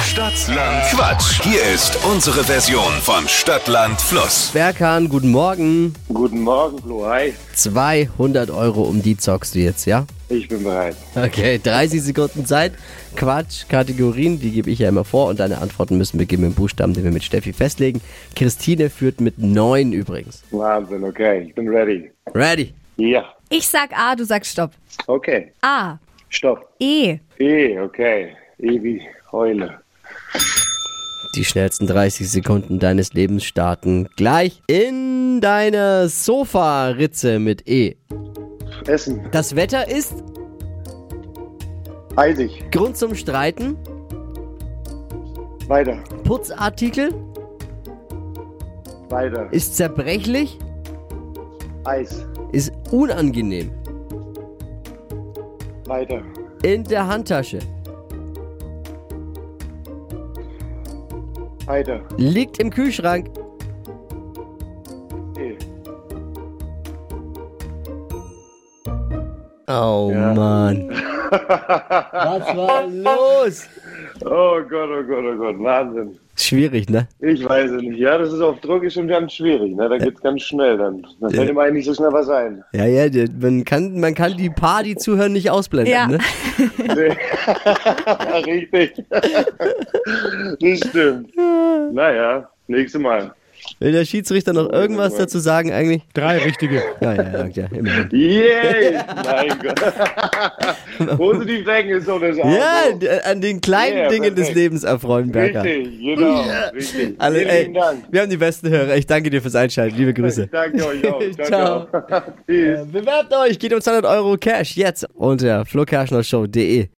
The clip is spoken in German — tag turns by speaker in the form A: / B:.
A: Stadtland Quatsch. Hier ist unsere Version von Stadtland Fluss.
B: Berkan, guten Morgen.
C: Guten Morgen, Flo. Hi,
B: 200 Euro, um die zockst du jetzt, ja?
C: ich bin bereit.
B: Okay, 30 Sekunden Zeit. Quatsch, Kategorien, die gebe ich ja immer vor und deine Antworten müssen beginnen mit dem Buchstaben, den wir mit Steffi festlegen. Christine führt mit 9 übrigens.
C: Wahnsinn, okay. Ich bin ready.
B: Ready?
C: Ja,
D: Ich sag A, du sagst Stopp.
C: okay.
D: A,
C: Stopp.
D: E.
C: E, okay. E wie Heule.
B: Die schnellsten 30 Sekunden deines Lebens starten gleich in deine Sofaritze mit E.
C: Essen.
B: Das Wetter ist
C: Eisig.
B: Grund zum Streiten.
C: Weiter.
B: Putzartikel
C: Weiter.
B: ist zerbrechlich,
C: Eis.
B: ist unangenehm.
C: Weiter.
B: In der Handtasche.
C: Weiter.
B: Liegt im Kühlschrank.
C: E.
B: Oh Mann. Was war los?
C: Oh Gott, oh Gott, oh Gott. Wahnsinn.
B: Schwierig, ne?
C: Ich weiß es nicht. Ja, das ist auf Druck ist schon ganz schwierig. Ne? Da geht's ganz schnell dann. Da fällt ihm eigentlich so schnell was ein.
B: Ja, ja, die- man kann, man kann die paar, die zuhören, nicht ausblenden,
D: Ja.
B: ne?
C: Nee. Richtig. Das stimmt. Naja, nächstes Mal.
B: Will der Schiedsrichter noch irgendwas dazu sagen eigentlich?
E: Drei richtige.
B: Ja, ja, ja, ja immerhin.
C: Yay! Mein Gott. Positiv denken ist so das Auto.
B: Ja, d- an den kleinen
C: Yeah,
B: Dingen des
C: perfekt.
B: Lebens erfreuen, Berger.
C: Richtig, genau. Richtig.
B: Alle,
C: Vielen
B: ey,
C: lieben Dank.
B: wir haben die besten Hörer. Ich danke dir fürs Einschalten. Liebe Grüße.
C: Ich danke euch auch.
B: Ciao.
C: ciao. Tschüss.
B: Bewerbt euch, geht um 200 Euro Cash jetzt unter flokerschnershow.de.